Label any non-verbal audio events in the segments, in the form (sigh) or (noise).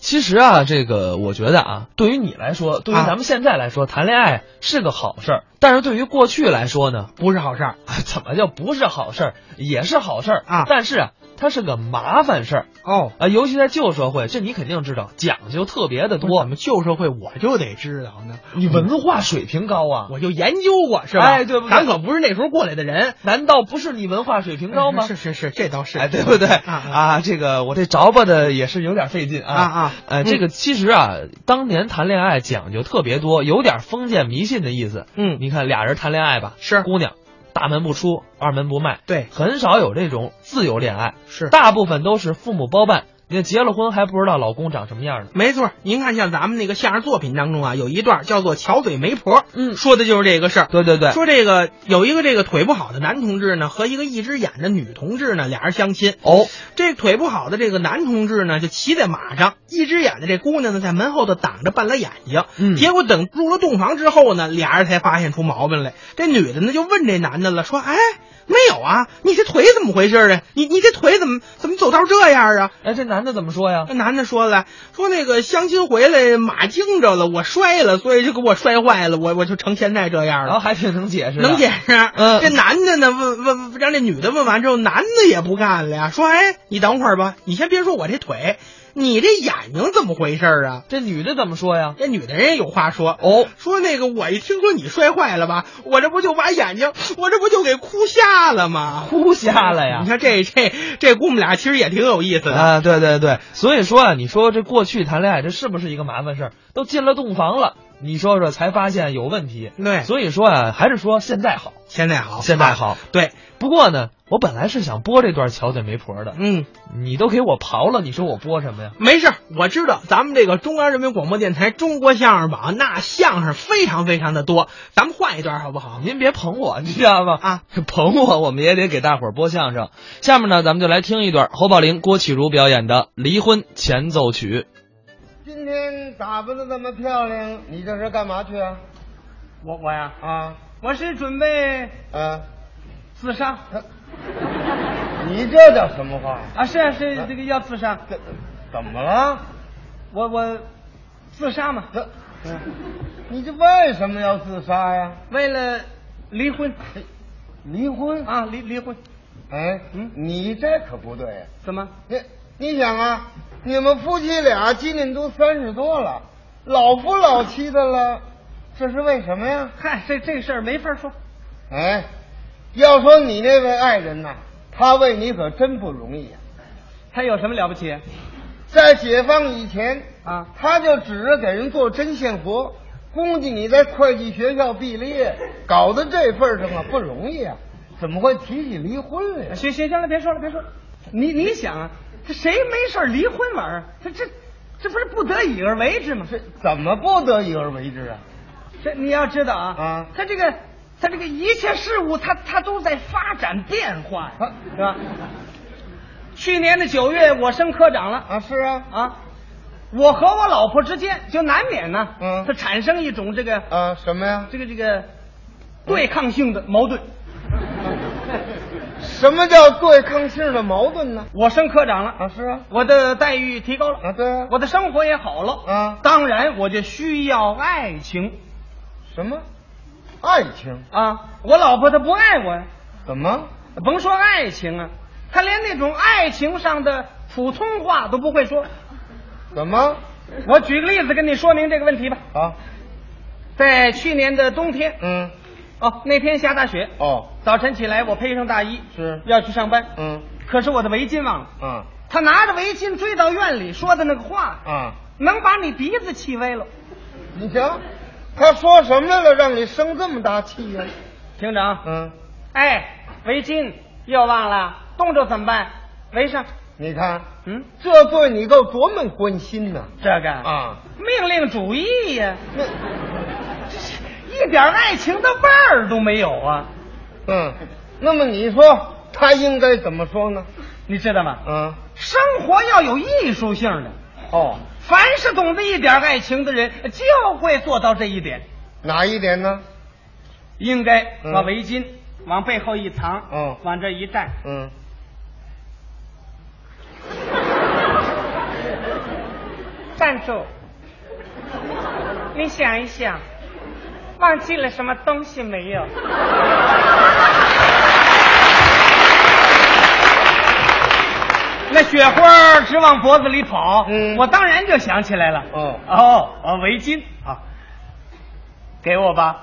其实啊，这个我觉得啊，对于你来说，对于啊咱们现在来说，谈恋爱是个好事儿。但是对于过去来说呢，不是好事儿 (laughs) 怎么叫不是好事儿，也是好事儿啊但是啊，它是个麻烦事儿哦。啊，尤其在旧社会，这你肯定知道，讲究特别的我多。们旧社会我就得知道呢，你文化水平高啊，我就研究过是吧？哎对不对咱可不是那时候过来的人，难道不是你文化水平高吗？是是是，这倒是，哎，对不对？啊啊啊，这个我这着吧的也是有点费劲啊啊。啊！呃，这个其实啊，当年谈恋爱讲究特别多，有点封建迷信的意思。嗯，你看俩人谈恋爱吧，是姑娘大门不出，二门不迈，对，很少有这种自由恋爱，是大部分都是父母包办。你结了婚还不知道老公长什么样呢。没错。您看，像咱们那个相声作品当中啊，有一段叫做“巧嘴媒婆”，嗯，说的就是这个事儿。 (laughs) 对对 (laughs) 对，说这个有一个这个腿不好的男同志呢，和一个一只眼的女同志呢，俩人相亲。哦，这腿不好的这个男同志呢，就骑在马上，一只眼的这姑娘呢，在门后头挡着半拉眼睛。嗯结果等入了洞房之后呢，俩人才发现出毛病来。这女的呢就问这男的了，说：“哎，没有啊，你这腿怎么回事啊？你你这腿怎么怎么走到这样啊哎，这男的怎么说？”呀？那男的说了，说那个相亲回来马惊着了，我摔了，所以就给我摔坏了，我我就成现在这样然了后。还挺能解释的，能解释。啊啊嗯这男的呢，问问问让这女的问完之后，男的也不干了呀，说：“哎，你等会儿吧，你先别说我这腿，你这眼睛怎么回事儿啊这女的怎么说呀？”？这女的人也有话说，哦，说那个我一听说你摔坏了吧，我这不就把眼睛，我这不就给哭瞎了吗？哭瞎了呀 (laughs) 你！看这这这姑母俩其实也挺有意思的。啊，对对对，所以说啊，你说这过去谈恋爱这是不是一个麻烦事儿？都进了洞房了，你说说才发现有问题。对，所以说啊，还是说现在好，现在好，嗯现在。好。对，不过呢，我本来是想播这段巧嘴媒婆的，嗯，你都给我刨了，你说我播什么呀？没事儿，我知道咱们这个中央人民广播电台中国相声榜那相声非常非常的多，咱们换一段好不好？您别捧我，你知道吗？啊，捧我，我们也得给大伙儿播相声。下面呢，咱们就来听一段侯宝林、郭启儒表演的《离婚前奏曲》。今天打扮的这么漂亮，你这是干嘛去啊？我我呀，啊我是准备啊！自杀你这叫什么话？啊，是啊是这个要自杀，这怎么了？我我自杀嘛，这、你这为什么要自杀呀？为了离婚离婚？啊，离离婚哎，嗯你这可不对呀、怎么？你你想啊，你们夫妻俩今年都三十多了，老夫老妻的了，这是为什么呀？嗨，这这事儿没法说，哎，要说你那位爱人呐、他为你可真不容易啊。他有什么了不起在解放以前，啊？他就指着给人做针线活，估计你在会计学校毕了业，搞到这份上啊不容易啊，怎么会提起离婚来？行行行了，别说了别说了，你你想啊，这谁没事儿离婚玩儿啊？这这这不是不得已而为之吗？这怎么不得已而为之啊？这你要知道啊，啊他这个他这个一切事物，它它都在发展变化呀，啊是吧？去年的九月，我升科长了啊，是啊，啊，我和我老婆之间就难免呢，嗯它产生一种这个啊什么呀？这个这个对抗性的矛盾。什么叫对抗性的矛盾呢？我升科长了啊，是啊，我的待遇提高了，啊对啊，我的生活也好了，啊当然我就需要爱情什么爱情？啊，我老婆她不爱我呀。怎么？甭说爱情啊，他连那种爱情上的普通话都不会说。怎么？我举个例子跟你说明这个问题吧。啊，在去年的冬天，嗯，哦，那天下大雪，哦，早晨起来我披上大衣是要去上班，嗯，可是我的围巾忘了。啊他拿着围巾追到院里说的那个话，啊，能把你鼻子气歪了。你瞧，他说什么来了，让你生这么大气呀、厅长，嗯，哎，围巾又忘了，冻着怎么办？围上。你看，嗯，这对你够多么关心呐！这个啊，命令主义哎呀、那，一点爱情的味儿都没有啊，嗯，那么你说他应该怎么说呢？你知道吗？啊，生活要有艺术性的，哦，凡是懂得一点爱情的人，就会做到这一点。哪一点呢？应该嗯把围巾往背后一藏，嗯往这一站，嗯，站住！你想一想，忘记了什么东西没有？那雪花直往脖子里跑，嗯我当然就想起来了。哦啊哦，哦围巾啊，给我吧。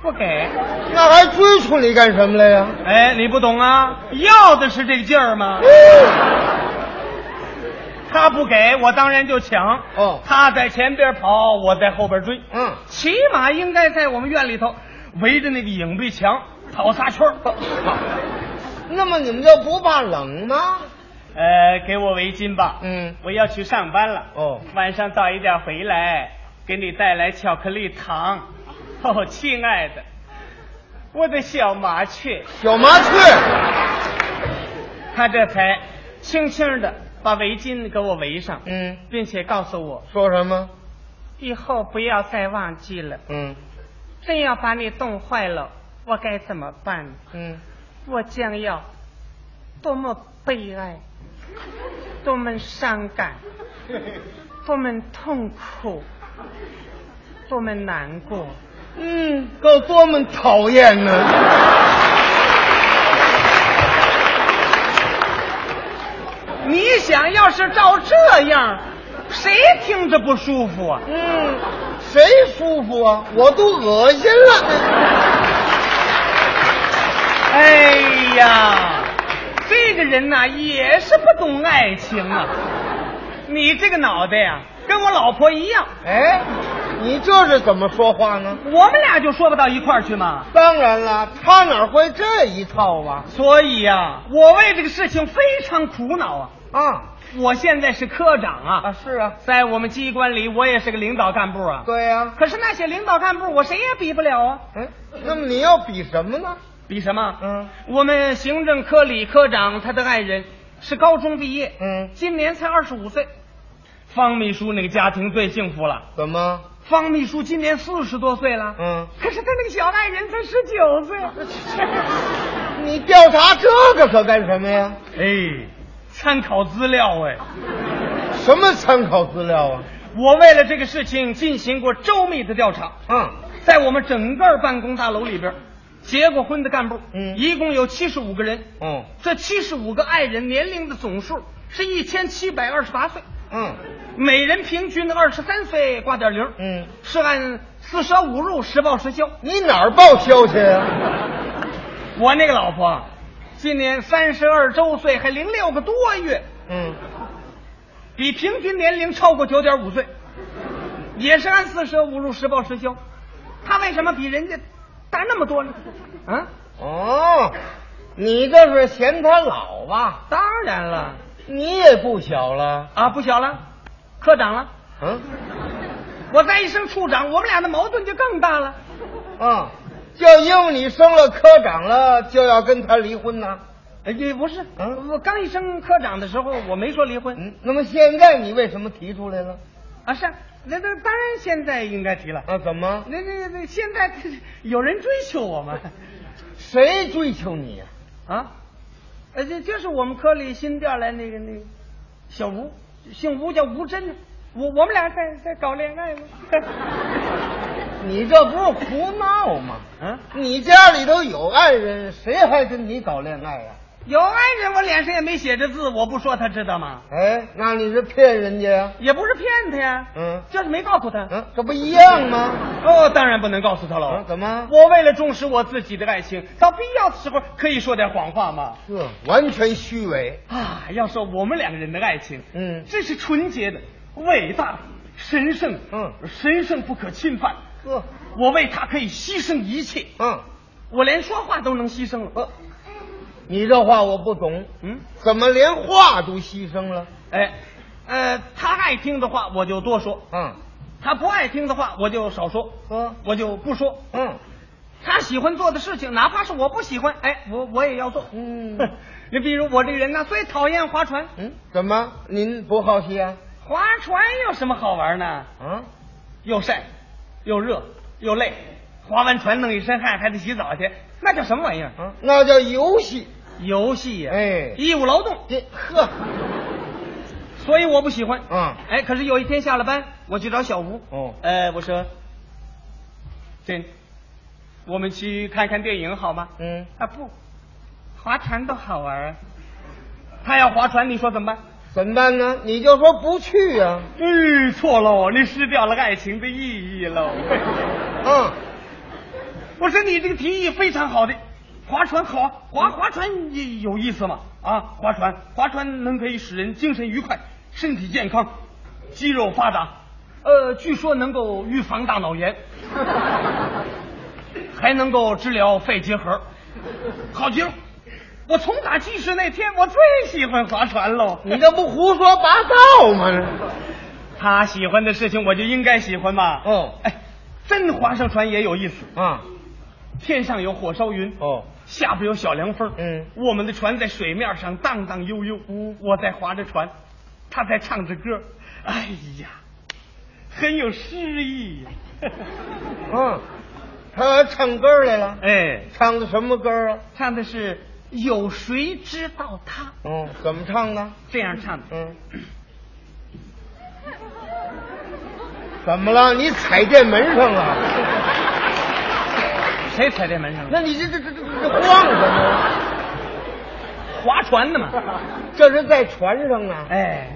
不给，那还追出来干什么来呀？哎，你不懂啊，要的是这劲儿吗？嗯他不给我，当然就抢。哦他在前边跑，我在后边追。嗯，起码应该在我们院里头围着那个影壁墙跑仨圈儿。哦那么你们就不怕冷吗？呃，给我围巾吧。嗯我要去上班了。哦晚上早一点回来，给你带来巧克力糖。哦，亲爱的，我的小麻雀。小麻雀，他这才轻轻的把围巾给我围上，嗯，并且告诉我说什么？以后不要再忘记了。嗯真要把你冻坏了，我该怎么办？ (laughs) 嗯，我将要多么悲哀，多么伤感，多么痛苦，多么难过。嗯，够多么讨厌呢！你想要是照这样，谁听着不舒服啊？嗯，谁舒服啊？我都恶心了。哎呀，这个人呐、也是不懂爱情啊！你这个脑袋呀、跟我老婆一样，哎，你这是怎么说话呢？我们俩就说不到一块儿去嘛。当然了，他哪会这一套啊？所以呀、我为这个事情非常苦恼啊！啊我现在是科长啊，啊，是啊，在我们机关里我也是个领导干部啊。对呀、可是那些领导干部，我谁也比不了啊。嗯，那么你要比什么呢？比什么？嗯我们行政科李科长他的爱人是高中毕业，嗯，今年才二十五岁。方秘书那个家庭最幸福了，怎么？方秘书今年四十多岁了，嗯，可是他那个小爱人才十九岁。你调查这个可干什么呀？哎，参考资料哎，什么参考资料啊？我为了这个事情进行过周密的调查，嗯，在我们整个办公大楼里边，结过婚的干部，嗯一共有七十五个人，哦，这七十五个爱人年龄的总数是一千七百二十八岁。嗯每人平均的二十三岁挂点零，嗯，是按四舍五入实报实销。你哪儿报啊销去呀、我那个老婆啊，今年三十二周岁，还零六个多月，嗯，比平均年龄超过九点五岁，也是按四舍五入实报实销。她为什么比人家大那么多呢？啊，哦，你这是嫌他老啊吧？当然了你也不小了，啊，不小了，科长了，嗯我再一升处长，我们俩的矛盾就更大了。啊，就因为你升了科长了，就要跟他离婚呢？哎，也不是，嗯我刚一升科长的时候，我没说离婚。嗯，那么现在你为什么提出来了？啊，是啊，那那当然现在应该提了。啊，怎么？那那那现在 (laughs) 有人追求我们谁追求你呀、啊？呃，这就是我们科里新调来那个那个小吴，姓吴叫吴真，我我们俩在在搞恋爱吗？ (laughs) 你这不是胡闹吗？啊，你家里头有爱人，谁还跟你搞恋爱啊呀、有爱人，我脸上也没写着字，我不说他知道吗？哎，那你是骗人家呀、也不是骗他呀，嗯就是没告诉他。啊嗯，这不一样吗？哦，当然不能告诉他嗯，了。怎么？我为了重视我自己的爱情，到必要的时候可以说点谎话吗？这完全虚伪。啊，要说我们两个人的爱情，嗯这是纯洁的、伟大的、神圣，嗯神圣不可侵犯。呵，我为他可以牺牲一切，嗯，我连说话都能牺牲了。呃你这话我不懂，嗯，怎么连话都牺牲了？哎，呃，他爱听的话我就多说，嗯，他不爱听的话我就少说，呵，我就不说。嗯，他喜欢做的事情，哪怕是我不喜欢，哎，我我也要做。 (laughs) 嗯你比如我这个人呢，最讨厌划船，嗯，怎么？您不好奇啊？划船有什么好玩呢？啊，又晒又热又累，划完船弄一身汗，还得洗澡去，那叫什么玩意儿？嗯，那叫游戏。游戏呀、哎义务劳动。这呵，所以我不喜欢。嗯哎，可是有一天下了班，我去找小吴。哦呃，我说，珍，我们去看看电影好吗？嗯，啊不，划船多好玩啊！他要划船，你说怎么办？怎么办呢？你就说不去呀、嗯，错喽，你失掉了爱情的意义喽。嗯， (laughs) 我说你这个提议非常好的，划船好，啊，划划船也有意思嘛啊，划船划船能可以使人精神愉快，身体健康，肌肉发达，呃，据说能够预防大脑炎，还能够治疗肺结核，好极了。我从打记事那天，我最喜欢划船喽。你这不胡说八道吗？他喜欢的事情，我就应该喜欢嘛。哦哎，真划上船也有意思。啊，天上有火烧云，哦，下边有小凉风，嗯我们的船在水面上荡荡悠悠，嗯，我在划着船，他在唱着歌，哎呀，很有诗 (laughs) 意呀、嗯，他唱歌来了，哎，唱的什么歌啊？唱的是有谁知道他嗯，怎么唱的？这样唱的，嗯，怎么了？你踩电门上了？谁踩在门上了？那你这这这这这晃什么呀？划船 (laughs) 的嘛，这是在船上啊。哎，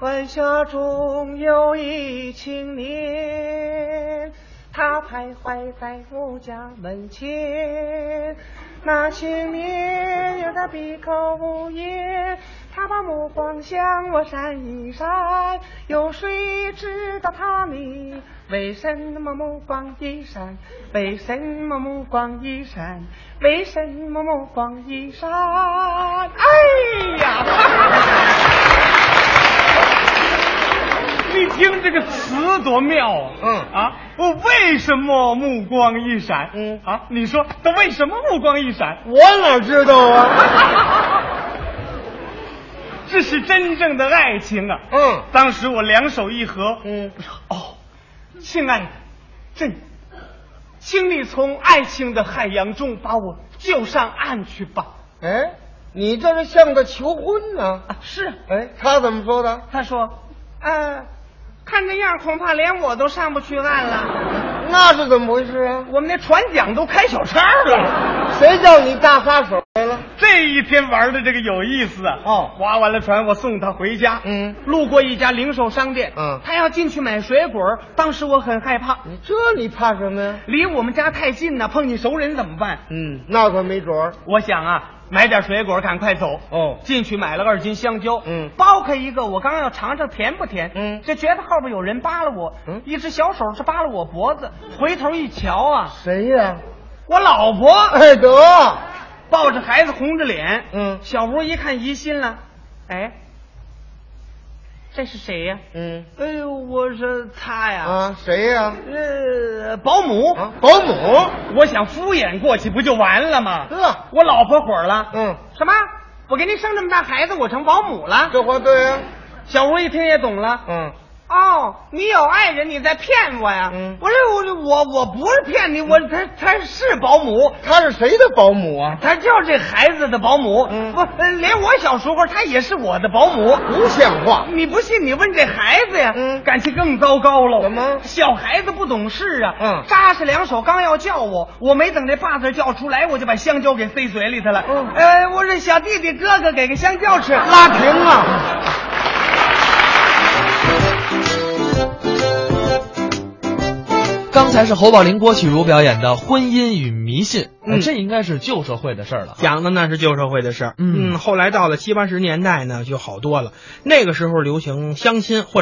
晚霞中有一青年，他徘徊在我家门前。那些年，有他闭口不言，他把目光向我闪一闪。有谁知道他呢？为什么目光一闪？为什么目光一闪？为什么目光一闪？哎呀！ (laughs) 你听这个词多妙啊！嗯啊，我为什么目光一闪？嗯啊，你说他为什么目光一闪？我哪知道啊？ (laughs) 这是真正的爱情啊！嗯当时我两手一合，嗯，哦，亲爱的，朕，请你从爱情的海洋中把我救上岸去吧。哎，你这是向他求婚呢、啊，是啊，哎，他怎么说的？他说，啊呃，看这样儿恐怕连我都上不去岸了。那是怎么回事啊？我们那船桨都开小差了。谁叫你大撒手来了？这一天玩的这个有意思啊！哦划完了船，我送他回家。嗯路过一家零售商店，嗯他要进去买水果，当时我很害怕，你这你怕什么呀？离我们家太近呢，碰见熟人怎么办？嗯，那可没准儿。我想啊，买点水果，赶快走。哦进去买了二斤香蕉，嗯剥开一个，我刚要尝尝甜不甜，嗯就觉得后边有人扒拉我，嗯一只小手是扒拉我脖子，回头一瞧啊，谁呀、我老婆哎，得，抱着孩子红着脸，嗯小吴一看疑心了，哎，这是谁呀、嗯哎呦，我说他呀，啊，谁呀、呃，保姆，啊？保姆。我想敷衍过去不就完了吗？呵，我老婆火了，嗯，什么？我给您生这么大孩子，我成保姆了？这话对呀、啊小吴一听也懂了，嗯，哦，你有爱人，你在骗我呀？嗯我说我这我我不是骗你，我她她是保姆，她是谁的保姆啊？她就是这孩子的保姆。嗯不，呃连我小时候她也是我的保姆。不像话。你不信？你问这孩子呀，嗯感情更糟糕喽。怎么小孩子不懂事啊，嗯扎实两手，刚要叫我，我没等这爸字叫出来，我就把香蕉给塞嘴里头了。嗯哎，我说小弟弟哥哥给个香蕉 (laughs) 吃。拉平啊！刚才是侯宝林、郭启儒表演的《婚姻与迷信》，哎嗯这应该是旧社会的事儿了。讲的那是旧社会的事儿，嗯后来到了七八十年代呢，就好多了。那个时候流行相亲或